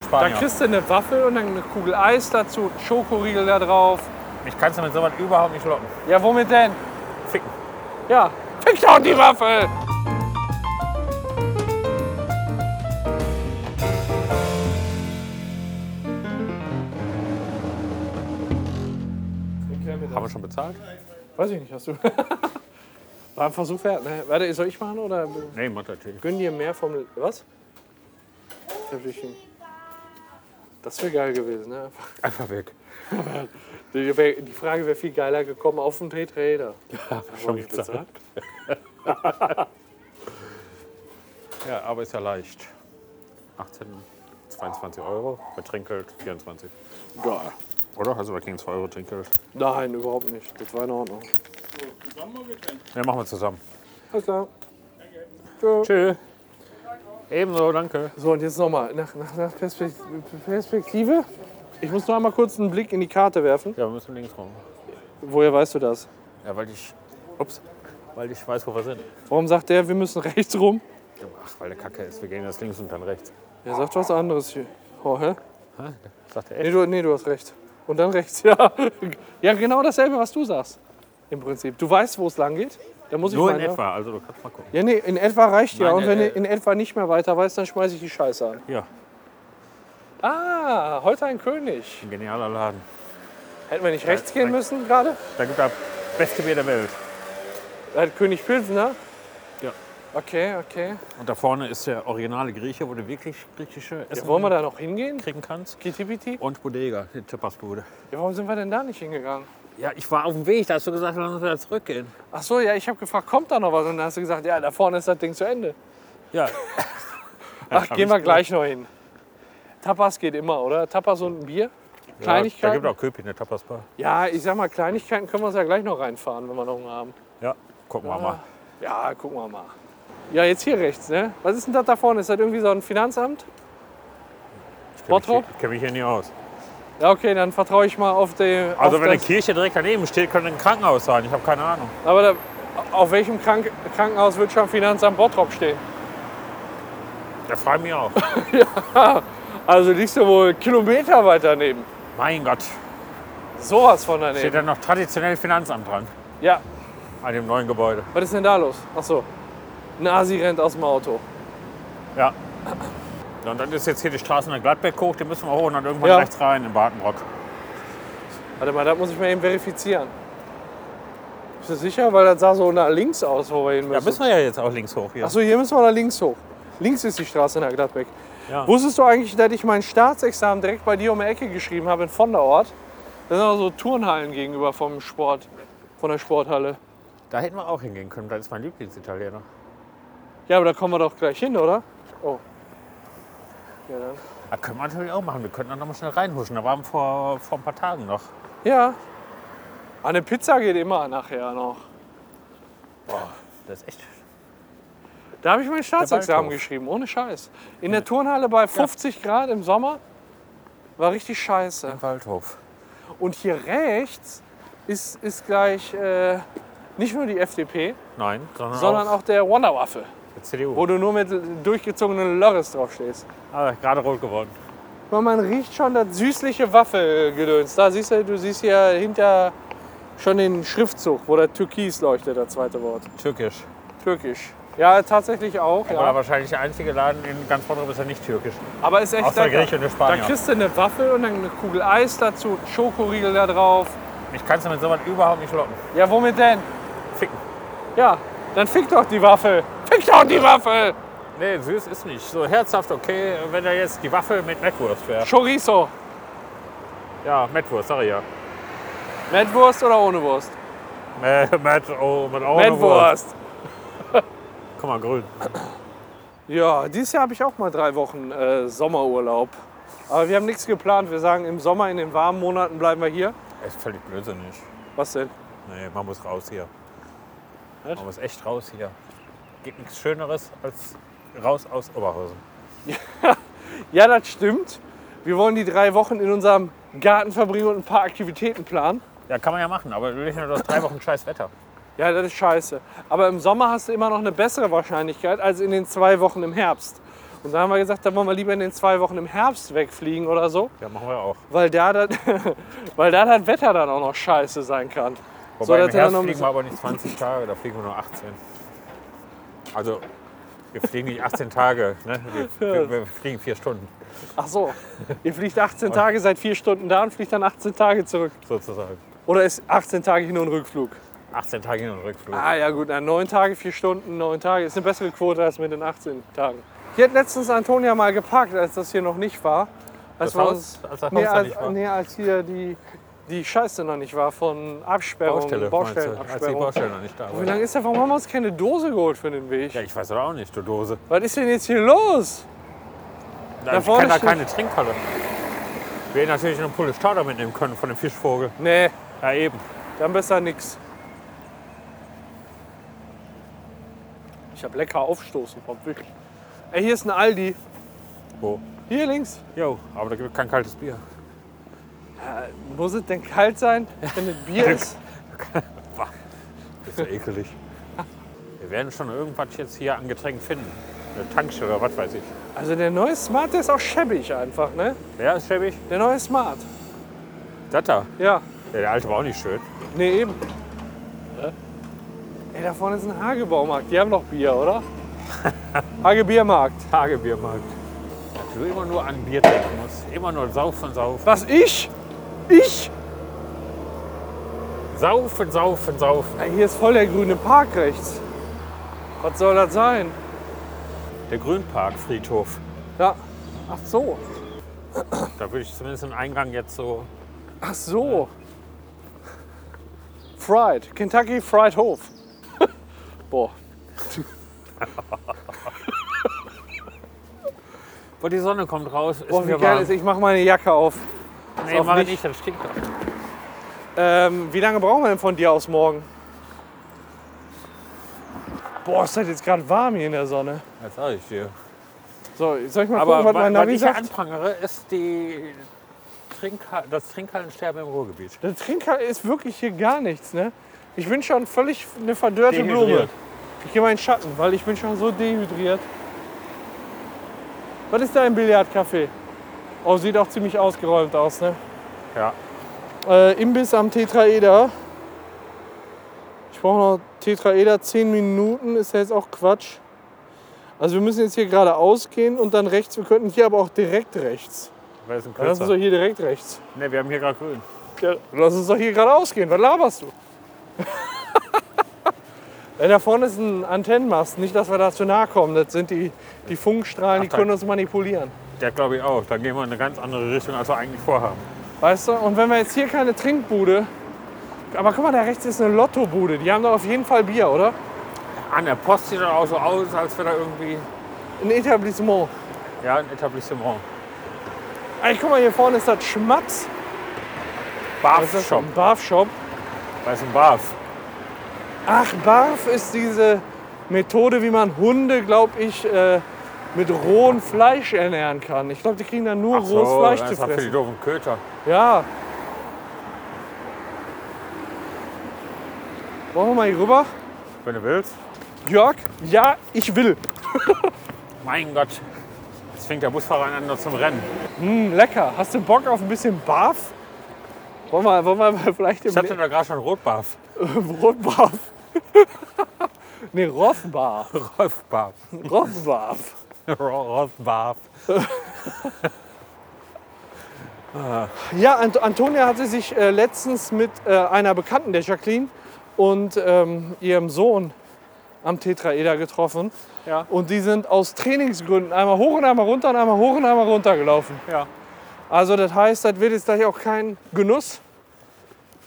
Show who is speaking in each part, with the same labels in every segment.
Speaker 1: Da
Speaker 2: Spanier.
Speaker 1: kriegst du eine Waffel und dann eine Kugel Eis dazu, einen Schokoriegel da drauf.
Speaker 2: Ich kann es mit sowas überhaupt nicht locken.
Speaker 1: Ja, womit denn?
Speaker 2: Ficken.
Speaker 1: Ja, fick doch die Waffel!
Speaker 2: Haben wir schon bezahlt?
Speaker 1: Weiß ich nicht, hast du. War ein Versuch wert, ne? Warte, soll ich machen oder
Speaker 2: Nee, macht natürlich.
Speaker 1: gönn dir mehr vom. Was? Ich hab dich- Das wäre geil gewesen, ne?
Speaker 2: Einfach weg.
Speaker 1: Die, wär- die Frage wäre viel geiler gekommen auf dem Trader.
Speaker 2: Schon bezahlt. Ja, aber ist ja leicht. 18, 22 Euro. Bei Trinkgeld 24.
Speaker 1: Geil.
Speaker 2: Oder? Also wir kriegen 2 Euro Trinkgeld.
Speaker 1: Nein, überhaupt nicht. Das war in Ordnung.
Speaker 2: Ja, machen wir zusammen.
Speaker 1: Alles klar.
Speaker 2: Tschö. Ebenso, danke.
Speaker 1: So, und jetzt nochmal. Nach, nach, nach Perspekt- Perspektive? Ich muss noch einmal kurz einen Blick in die Karte werfen.
Speaker 2: Ja, wir müssen links rum.
Speaker 1: Woher weißt du das?
Speaker 2: Ja, weil ich. Ups. Weil ich weiß, wo wir sind.
Speaker 1: Warum sagt der, wir müssen rechts rum?
Speaker 2: Ach, weil der Kacke ist. Wir gehen jetzt links und dann rechts.
Speaker 1: Er sagt was anderes hier. Oh, hä?
Speaker 2: Hä? Sagt er
Speaker 1: Nee
Speaker 2: echt?
Speaker 1: du, nee, du hast recht. Und dann rechts, ja. Ja, genau dasselbe, was du sagst. Im Prinzip. Du weißt, wo es lang geht. Da muss ich ne?
Speaker 2: Nur in
Speaker 1: meine-
Speaker 2: etwa. Also du kannst mal gucken.
Speaker 1: Ja, nee, in etwa reicht ja.
Speaker 2: Nein,
Speaker 1: Und wenn
Speaker 2: äh,
Speaker 1: du in etwa nicht mehr weiter weißt, dann schmeiße ich die Scheiße an.
Speaker 2: Ja,
Speaker 1: Ah, heute ein König.
Speaker 2: ein genialer Laden.
Speaker 1: Hätten wir nicht rechts gehen müssen gerade?
Speaker 2: Da gibt er beste Bier der Welt.
Speaker 1: Halt König Pilsner?
Speaker 2: Ja.
Speaker 1: Okay, okay.
Speaker 2: Und da vorne ist der originale Grieche, wo du wirklich griechische Essen
Speaker 1: Ja, wollen wir da noch hingehen?
Speaker 2: kriegen kannst.
Speaker 1: Kitipiti?
Speaker 2: Und Bodega, die Tapasbude.
Speaker 1: Ja, warum sind wir denn da nicht hingegangen?
Speaker 2: Ja, ich war auf dem Weg, da hast du gesagt, lass uns wieder zurückgehen.
Speaker 1: Ach so, ja, ich habe gefragt, kommt da noch was? Und dann hast du gesagt, ja, da vorne ist das Ding zu Ende.
Speaker 2: Ja,
Speaker 1: Ach,
Speaker 2: hab
Speaker 1: gehen
Speaker 2: ich
Speaker 1: wir
Speaker 2: gehört.
Speaker 1: gleich noch hin. Tapas geht immer, oder? Tapas und ein Bier?
Speaker 2: Da
Speaker 1: Kleinigkeiten?
Speaker 2: gibt auch Köpi eine Tapasbar.
Speaker 1: Ja, ich sag mal, Kleinigkeiten können wir uns ja gleich noch reinfahren, wenn wir noch einen haben.
Speaker 2: Ja, gucken wir mal.
Speaker 1: Ja, gucken wir mal. Ja, jetzt hier rechts, ne? Was ist denn das da vorne? Ist das irgendwie so ein Finanzamt?
Speaker 2: Ich kenn mich
Speaker 1: Bottrop?
Speaker 2: hier- Ich kenne mich hier nicht aus.
Speaker 1: Ja, okay, dann vertraue ich mal auf den.
Speaker 2: Also
Speaker 1: auf
Speaker 2: wenn eine
Speaker 1: das-
Speaker 2: Kirche direkt daneben steht, könnte ein Krankenhaus sein. Ich habe keine Ahnung.
Speaker 1: Aber da, auf welchem Krank Krankenhaus wird schon Finanzamt Bottrop stehen?
Speaker 2: Da frage mich auch.
Speaker 1: Also liegst du wohl Kilometer weit daneben.
Speaker 2: mein Gott,
Speaker 1: Sowas von
Speaker 2: steht
Speaker 1: daneben.
Speaker 2: da noch traditionell Finanzamt dran
Speaker 1: Ja,
Speaker 2: an dem neuen Gebäude.
Speaker 1: was ist denn da los? Achso, ein Asi rennt aus dem Auto.
Speaker 2: Ja. Ja, Und dann ist jetzt hier die Straße nach Gladbeck hoch, die müssen wir hoch und dann irgendwann
Speaker 1: Ja.
Speaker 2: rechts rein in Bartenbrock.
Speaker 1: Warte mal, das muss ich mir eben verifizieren. Bist du sicher? Weil das sah so nach links aus, wo wir hin
Speaker 2: Da
Speaker 1: müssen.
Speaker 2: müssen wir ja jetzt auch links hoch hier.
Speaker 1: Achso, hier müssen wir nach links hoch. Links ist die Straße nach Gladbeck.
Speaker 2: Ja.
Speaker 1: Wusstest du eigentlich, dass ich mein Staatsexamen direkt bei dir um die Ecke geschrieben habe in von der Ort? Da sind auch so Turnhallen gegenüber vom Sport, von der Sporthalle.
Speaker 2: Da hätten wir auch hingehen können, da ist mein Lieblingsitaliener.
Speaker 1: Ja, aber da kommen wir doch gleich hin, oder? Oh. Ja, dann.
Speaker 2: Da können wir natürlich auch machen. Wir könnten dann noch mal schnell reinhuschen. Da waren wir vor, vor ein paar Tagen noch.
Speaker 1: Ja. Ah, Eine Pizza geht immer nachher noch.
Speaker 2: Das ist echt.
Speaker 1: Da habe ich mein Staatsexamen
Speaker 2: Waldhof.
Speaker 1: geschrieben, ohne Scheiß. In der Turnhalle bei 50 Grad im Sommer war richtig scheiße.
Speaker 2: Waldhof.
Speaker 1: Und hier rechts ist, ist gleich äh, nicht nur die FDP,
Speaker 2: Nein, sondern,
Speaker 1: sondern
Speaker 2: auch,
Speaker 1: auch der Wonderwaffe,
Speaker 2: die CDU.
Speaker 1: wo du nur mit durchgezogenen Lörres draufstehst.
Speaker 2: Ah, gerade rot geworden.
Speaker 1: Aber man riecht schon das süßliche Waffelgedöns. Da siehst du, du siehst hier hinter schon den Schriftzug, wo der Türkis leuchtet, das zweite Wort.
Speaker 2: Türkisch.
Speaker 1: Türkisch. Ja, tatsächlich auch.
Speaker 2: War
Speaker 1: Ja.
Speaker 2: wahrscheinlich der einzige Laden in ganz Bottrop ist ja nicht türkisch.
Speaker 1: Aber ist echt
Speaker 2: Außer
Speaker 1: lecker.
Speaker 2: Grieche und der
Speaker 1: Da
Speaker 2: Spanier.
Speaker 1: kriegst du eine Waffel und dann eine Kugel Eis dazu, einen Schokoriegel da drauf.
Speaker 2: Ich kann es mit sowas überhaupt nicht locken.
Speaker 1: Ja, womit denn?
Speaker 2: Ficken.
Speaker 1: Ja, dann fick doch die Waffel. Fick doch die Waffel!
Speaker 2: Nee, süß ist nicht. So herzhaft okay, wenn da jetzt die Waffel mit Mettwurst wäre.
Speaker 1: Chorizo.
Speaker 2: Ja, Mettwurst, sag ich ja.
Speaker 1: Mit Wurst oder ohne Wurst?
Speaker 2: Met, met, oh, mit auch
Speaker 1: Mit Wurst.
Speaker 2: Komm mal, grün.
Speaker 1: Ja, dieses Jahr habe ich auch mal drei Wochen äh, Sommerurlaub. Aber wir haben nichts geplant. Wir sagen, im Sommer, in den warmen Monaten bleiben wir hier.
Speaker 2: Ist völlig blödsinnig.
Speaker 1: Was denn?
Speaker 2: Nee, man muss raus hier.
Speaker 1: Was?
Speaker 2: Man muss echt raus hier. Gibt nichts Schöneres als raus aus Oberhausen.
Speaker 1: Ja, das stimmt. Wir wollen die drei Wochen in unserem Garten verbringen und ein paar Aktivitäten planen.
Speaker 2: Ja, kann man ja machen, aber wir haben doch drei Wochen scheiß Wetter.
Speaker 1: Ja, das ist scheiße. Aber im Sommer hast du immer noch eine bessere Wahrscheinlichkeit als in den zwei Wochen im Herbst. Und da haben wir gesagt, da wollen wir lieber in den zwei Wochen im Herbst wegfliegen oder so,
Speaker 2: Ja, machen wir auch.
Speaker 1: weil da das, weil da das Wetter dann auch noch scheiße sein kann.
Speaker 2: Wobei
Speaker 1: So,
Speaker 2: im
Speaker 1: dass er dann
Speaker 2: Herbst
Speaker 1: noch ein
Speaker 2: fliegen
Speaker 1: bisschen-
Speaker 2: wir aber nicht 20 Tage, da fliegen wir nur 18. Also, wir fliegen nicht 18 Tage, ne? wir, wir, wir fliegen vier Stunden
Speaker 1: Ach so, ihr fliegt 18 Tage, seid vier Stunden da und fliegt dann 18 Tage zurück.
Speaker 2: sozusagen.
Speaker 1: Oder ist 18 Tage Hin- und Rückflug?
Speaker 2: 18 Tage hin und rückflug.
Speaker 1: Ah ja gut, na, neun Tage, vier Stunden, neun Tage ist eine bessere Quote als mit den 18 Tagen. Hier hat letztens Antonia mal geparkt, als das hier noch nicht war. Als
Speaker 2: Das
Speaker 1: wir
Speaker 2: Haus-
Speaker 1: uns,
Speaker 2: als das Haus
Speaker 1: nee,
Speaker 2: noch
Speaker 1: als,
Speaker 2: nicht war.
Speaker 1: nee, als hier die, die Scheiße noch nicht war von Absperrung,
Speaker 2: Baustelle, meinst du? als die
Speaker 1: Baustellenabsperrung.
Speaker 2: Baustelle noch nicht da
Speaker 1: Wie
Speaker 2: war.
Speaker 1: lange ist der? Warum haben wir uns keine Dose geholt für den Weg?
Speaker 2: Ja, ich weiß doch auch nicht, du Dose.
Speaker 1: Was ist denn jetzt hier los?
Speaker 2: Da ich
Speaker 1: vorne
Speaker 2: kann da
Speaker 1: steht-
Speaker 2: keine Trinkhalle. Wir hätten natürlich eine Pulle Stauder mitnehmen können von dem Fischvogel.
Speaker 1: Nee,
Speaker 2: Ja, eben.
Speaker 1: dann besser nix. Ich hab lecker aufstoßen, vom Wick. Ey, hier ist ein Aldi.
Speaker 2: Wo?
Speaker 1: Hier links.
Speaker 2: Jo, aber da gibt es kein kaltes Bier.
Speaker 1: Muss es denn kalt sein, wenn es Bier ist?
Speaker 2: Das ist ja ekelig. Wir werden schon irgendwas jetzt hier an Getränken finden. Eine Tankstelle oder was weiß ich.
Speaker 1: Also der neue Smart, der ist auch schäbig einfach, ne?
Speaker 2: Wer ist schäbig?
Speaker 1: Der neue Smart.
Speaker 2: Das da.
Speaker 1: Ja,
Speaker 2: Ja, der alte war auch nicht schön.
Speaker 1: nee, eben. Ey, da vorne ist ein Hagebaumarkt. Die haben noch Bier, oder? Hagebiermarkt.
Speaker 2: Tagebiermarkt. Dass du immer nur an Bier trinken musst. Immer nur saufen, saufen.
Speaker 1: Was, ich? Ich?
Speaker 2: Saufen, saufen, saufen.
Speaker 1: Ey, hier ist voll der grüne Park rechts. Was soll das sein?
Speaker 2: Der Grünparkfriedhof.
Speaker 1: Ja. Ach so.
Speaker 2: Da würde ich zumindest einen Eingang jetzt so.
Speaker 1: Ach so. Fried. Kentucky Fried Hof. Boah.
Speaker 2: Boah, die Sonne kommt raus. Ist
Speaker 1: Boah, wie
Speaker 2: mir
Speaker 1: geil
Speaker 2: warm.
Speaker 1: ist, ich mach meine Jacke auf.
Speaker 2: nee,
Speaker 1: auch
Speaker 2: mach ich
Speaker 1: nicht-
Speaker 2: nicht, das stinkt doch.
Speaker 1: Ähm, wie lange brauchen wir denn von dir aus morgen? Boah, ist das jetzt gerade warm hier in der Sonne.
Speaker 2: Das sag ich dir.
Speaker 1: So, soll ich mal
Speaker 2: Aber
Speaker 1: gucken, was
Speaker 2: wa-
Speaker 1: mein
Speaker 2: was
Speaker 1: Navi
Speaker 2: ich hier
Speaker 1: sagt?
Speaker 2: anprangere, ist die Trinkha das Trinkhallensterben im Ruhrgebiet.
Speaker 1: Der Trinker ist wirklich hier gar nichts, ne? Ich bin schon völlig eine verdörrte Blume.
Speaker 2: Dehydriert.
Speaker 1: Ich gehe mal in den Schatten, weil ich bin schon so dehydriert. Was ist da im Billardcafé? Oh, sieht auch ziemlich ausgeräumt aus, ne?
Speaker 2: Ja.
Speaker 1: Äh, Imbiss am Tetraeder. Ich brauche noch Tetraeder 10 Minuten, ist ja jetzt auch Quatsch. Also wir müssen jetzt hier geradeaus gehen und dann rechts. Wir könnten hier aber auch direkt rechts.
Speaker 2: Wer ist ein
Speaker 1: Dann lass
Speaker 2: Kürzer?
Speaker 1: uns doch hier direkt rechts.
Speaker 2: Ne, wir haben hier gerade grün.
Speaker 1: Ja, lass uns doch hier geradeaus gehen. Was laberst du? Ja, da vorne ist ein Antennenmast. Nicht, dass wir da zu nahe kommen. Das sind die, die Funkstrahlen, die
Speaker 2: Ach, da-
Speaker 1: können uns manipulieren.
Speaker 2: Der glaube ich auch. Da gehen wir in eine ganz andere Richtung, als wir eigentlich vorhaben.
Speaker 1: Weißt du, und wenn wir jetzt hier keine Trinkbude. Aber guck mal, da rechts ist eine Lottobude. Die haben da auf jeden Fall Bier, oder?
Speaker 2: An Ah, der Post sieht das auch so aus, als wäre da irgendwie
Speaker 1: Ein Etablissement.
Speaker 2: ja, ein Etablissement.
Speaker 1: Ey, guck mal, hier vorne ist das Schmatz. Was ist das?
Speaker 2: Barf-Shop.
Speaker 1: Ein Barf-Shop.
Speaker 2: Da ist ein Barf.
Speaker 1: Ach, Barf ist diese Methode, wie man Hunde, glaube ich, äh, mit rohem Fleisch ernähren kann. Ich glaube, die kriegen dann nur
Speaker 2: Ach so,
Speaker 1: rohes Fleisch
Speaker 2: das
Speaker 1: zu
Speaker 2: ist halt für die
Speaker 1: fressen.
Speaker 2: doofen Köter.
Speaker 1: Ja. Wollen wir mal hier rüber?
Speaker 2: Wenn du willst.
Speaker 1: Jörg? Ja, ich will.
Speaker 2: Mein Gott. Jetzt fängt der Busfahrer an, nur zum Rennen.
Speaker 1: Hm, lecker. Hast du Bock auf ein bisschen Barf? Wollen wir, wollen wir mal vielleicht im
Speaker 2: Ich hatte da gerade schon Rotbarf.
Speaker 1: Rotbarf? nee, Roffbarf.
Speaker 2: Rolfbarf.
Speaker 1: Roffbarf.
Speaker 2: Rolfbarf.
Speaker 1: Ja, Ant Antonia hatte sich äh, letztens mit äh, einer Bekannten, der Jacqueline, und ähm, ihrem Sohn am Tetraeder getroffen.
Speaker 2: Ja.
Speaker 1: Und die sind aus Trainingsgründen einmal hoch und einmal runter und einmal hoch und einmal runter gelaufen.
Speaker 2: Ja.
Speaker 1: Also das heißt, das wird jetzt gleich auch kein Genuss,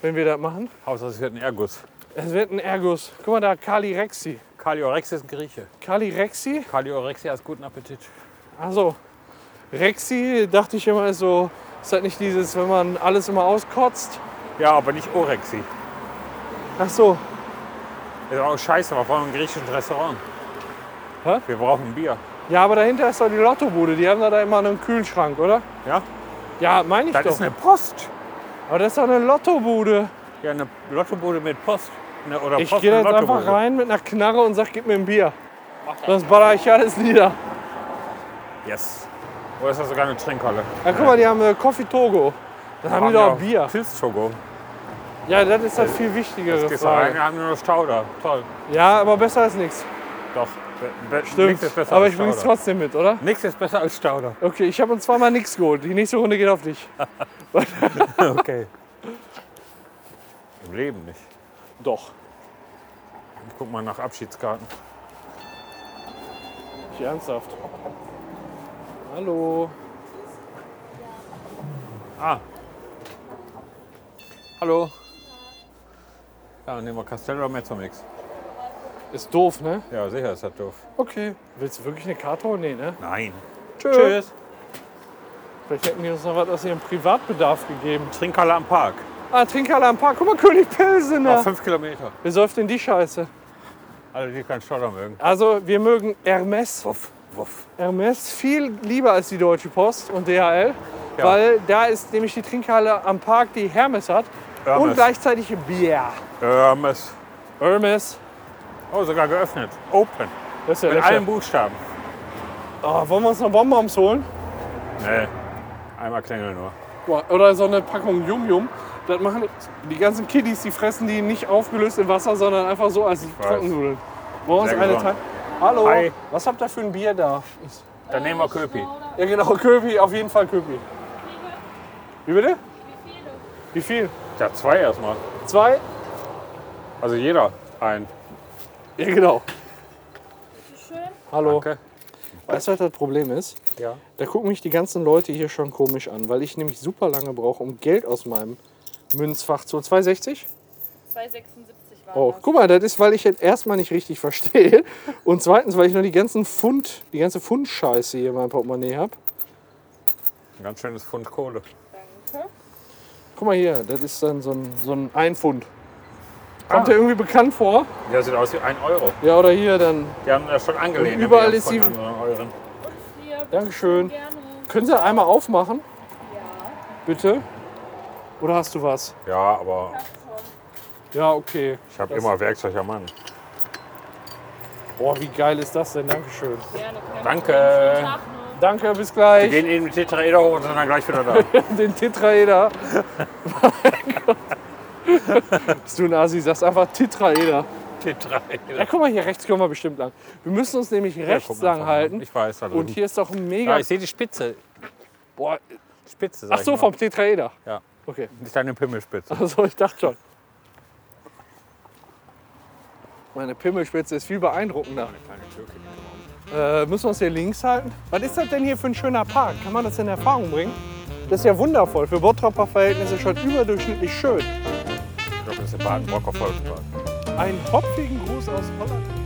Speaker 1: wenn wir das machen.
Speaker 2: Außer es wird ein Erguss.
Speaker 1: Es wird ein Erguss. Guck mal da, Kali Rexi.
Speaker 2: Kaliorex ist ein Grieche.
Speaker 1: Kali Rexi?
Speaker 2: Kaliorexia ist guten Appetit.
Speaker 1: Also Rexi dachte ich immer ist so, ist halt nicht dieses, wenn man alles immer auskotzt.
Speaker 2: Ja, aber nicht Orexi.
Speaker 1: Ach so,
Speaker 2: Ist auch scheiße, wir brauchen ein griechisches Restaurant.
Speaker 1: Hä?
Speaker 2: Wir brauchen ein Bier.
Speaker 1: Ja, aber dahinter ist doch die Lottobude. Die haben da, da immer einen Kühlschrank, oder?
Speaker 2: Ja?
Speaker 1: Ja, meine ich
Speaker 2: Das
Speaker 1: doch.
Speaker 2: ist eine Post.
Speaker 1: aber das ist doch eine Lottobude.
Speaker 2: Ja, eine Lottobude mit Post. Ne, oder
Speaker 1: Ich
Speaker 2: Post
Speaker 1: gehe da
Speaker 2: mit
Speaker 1: jetzt einfach
Speaker 2: Lottobude.
Speaker 1: rein mit einer Knarre und sag, gib mir ein Bier. Sonst baller ich alles nieder.
Speaker 2: Yes. Oder ist das sogar eine Trinkhalle?
Speaker 1: Ja, guck mal, die haben äh, Coffee Togo. Dann haben die doch auch Bier.
Speaker 2: Pilztogo.
Speaker 1: Ja, das ist das viel
Speaker 2: Jetzt
Speaker 1: wichtigere
Speaker 2: gehst du rein,
Speaker 1: Frage.
Speaker 2: wir haben nur noch Stauder. Toll.
Speaker 1: Ja, aber besser als nichts.
Speaker 2: Doch. Be- be-
Speaker 1: Stimmt.
Speaker 2: Nichts ist besser
Speaker 1: Aber
Speaker 2: als
Speaker 1: ich bring's
Speaker 2: Stauder.
Speaker 1: trotzdem mit, oder?
Speaker 2: Nichts ist besser als Stauder.
Speaker 1: Okay, ich habe uns zweimal nichts geholt. Die nächste Runde geht auf dich.
Speaker 2: Okay. Im Leben nicht.
Speaker 1: Doch.
Speaker 2: Ich guck mal nach Abschiedskarten.
Speaker 1: Nicht ernsthaft. Hallo.
Speaker 2: Ah. Hallo. Ja, nehmen wir Castello oder Mezzomix.
Speaker 1: Ist doof, ne?
Speaker 2: Ja, sicher ist das doof.
Speaker 1: Okay. Willst du wirklich eine Karte holen? Nee, ne?
Speaker 2: Nein.
Speaker 1: Tschö.
Speaker 2: Tschüss.
Speaker 1: Vielleicht hätten die uns noch was aus ihrem Privatbedarf gegeben.
Speaker 2: Trinkhalle am Park.
Speaker 1: Ah, Trinkhalle am Park. Guck mal, König
Speaker 2: Auf
Speaker 1: Pilsener.
Speaker 2: fünf Kilometer.
Speaker 1: Wer säuft denn die Scheiße?
Speaker 2: Alle, die keinen Stauder mögen.
Speaker 1: Also, wir mögen Hermes.
Speaker 2: Wuff, wuff.
Speaker 1: Hermes viel lieber als die Deutsche Post und DHL,
Speaker 2: Ja.
Speaker 1: weil da ist nämlich die Trinkhalle am Park, die Hermes hat
Speaker 2: Hermes.
Speaker 1: und gleichzeitig Bier.
Speaker 2: Hermes.
Speaker 1: Hermes.
Speaker 2: Oh, sogar geöffnet. Open.
Speaker 1: Das ist ja
Speaker 2: Mit
Speaker 1: lecker.
Speaker 2: allen Buchstaben.
Speaker 1: Ah, wollen wir uns noch Bonbons holen?
Speaker 2: Nee. Einmal klingeln nur.
Speaker 1: Boah, Oder so eine Packung Yum Yum. Das machen die ganzen Kiddies, die fressen die nicht aufgelöst im Wasser, sondern einfach so als Trockennudeln. Wollen wir
Speaker 2: Sehr
Speaker 1: uns eine
Speaker 2: gesund.
Speaker 1: teilen? Hallo,
Speaker 2: Hi.
Speaker 1: was habt ihr für ein Bier da? Ich-
Speaker 2: Dann nehmen wir Köpi.
Speaker 1: Ja genau, Köpi, auf jeden Fall Köpi. Wie bitte? Wie viel?
Speaker 2: Ja, zwei erstmal.
Speaker 1: Zwei?
Speaker 2: Also jeder ein.
Speaker 1: Ja genau. Hallo.
Speaker 2: Danke.
Speaker 1: Weißt du, was das Problem ist?
Speaker 2: Ja.
Speaker 1: Da gucken mich die ganzen Leute hier schon komisch an, weil ich nämlich super lange brauche, um Geld aus meinem Münzfach zu 2,60?
Speaker 3: 276 war
Speaker 1: Oh,
Speaker 3: das.
Speaker 1: guck mal, das ist, weil ich jetzt erstmal nicht richtig verstehe und zweitens, weil ich noch die ganzen Pfund, die ganze Pfundscheiße hier in meinem Portemonnaie habe.
Speaker 2: Ein ganz schönes Pfund Kohle.
Speaker 1: Guck mal hier, das ist dann so ein, so ein Einpfund.
Speaker 2: Ah.
Speaker 1: Kommt der irgendwie bekannt vor?
Speaker 2: Der sieht aus wie ein Euro.
Speaker 1: Ja, oder hier dann.
Speaker 2: Die haben das schon angelehnt.
Speaker 1: Und überall
Speaker 2: Die haben
Speaker 1: ist
Speaker 2: von
Speaker 1: die-
Speaker 2: anderen Euren.
Speaker 3: Hier,
Speaker 1: Dankeschön.
Speaker 3: gerne.
Speaker 1: Können Sie das einmal aufmachen,
Speaker 3: Ja,
Speaker 1: bitte? Oder hast du was?
Speaker 2: Ja, aber
Speaker 1: Ja, okay.
Speaker 2: ich habe
Speaker 1: Das-
Speaker 2: immer Werkzeug am Mann.
Speaker 1: Boah, wie geil ist das denn? Dankeschön.
Speaker 3: gerne. gerne.
Speaker 2: Danke.
Speaker 3: Schönen Tag noch.
Speaker 1: Danke, bis gleich.
Speaker 2: Wir gehen eben mit Tetraeder hoch und sind dann gleich wieder da.
Speaker 1: den Tetraeder. mein Gott. Bist du ein Asi, sagst einfach Tetraeder. Ja,
Speaker 2: Tetraeder.
Speaker 1: guck mal, hier rechts kommen wir bestimmt lang. Wir müssen uns nämlich rechts lang halten.
Speaker 2: Ich weiß, da
Speaker 1: Und
Speaker 2: drüben.
Speaker 1: hier ist doch ein
Speaker 2: Ja,
Speaker 1: mega.
Speaker 2: Ah, ich sehe die Spitze.
Speaker 1: Boah.
Speaker 2: Spitze, sag
Speaker 1: Ach so,
Speaker 2: ich mal.
Speaker 1: vom Tetraeder.
Speaker 2: Ja,
Speaker 1: Okay.
Speaker 2: nicht deine Pimmelspitze.
Speaker 1: Also ich dachte schon. Meine Pimmelspitze ist viel beeindruckender. Äh, müssen wir uns hier links halten? Was ist das denn hier für ein schöner Park? Kann man das in Erfahrung bringen? Das ist ja wundervoll. Für Bottropper Verhältnisse schon überdurchschnittlich schön.
Speaker 2: Ich glaube, das ist der Baden-Brocker Volkspark.
Speaker 1: Einen hopfigen Gruß aus Holland.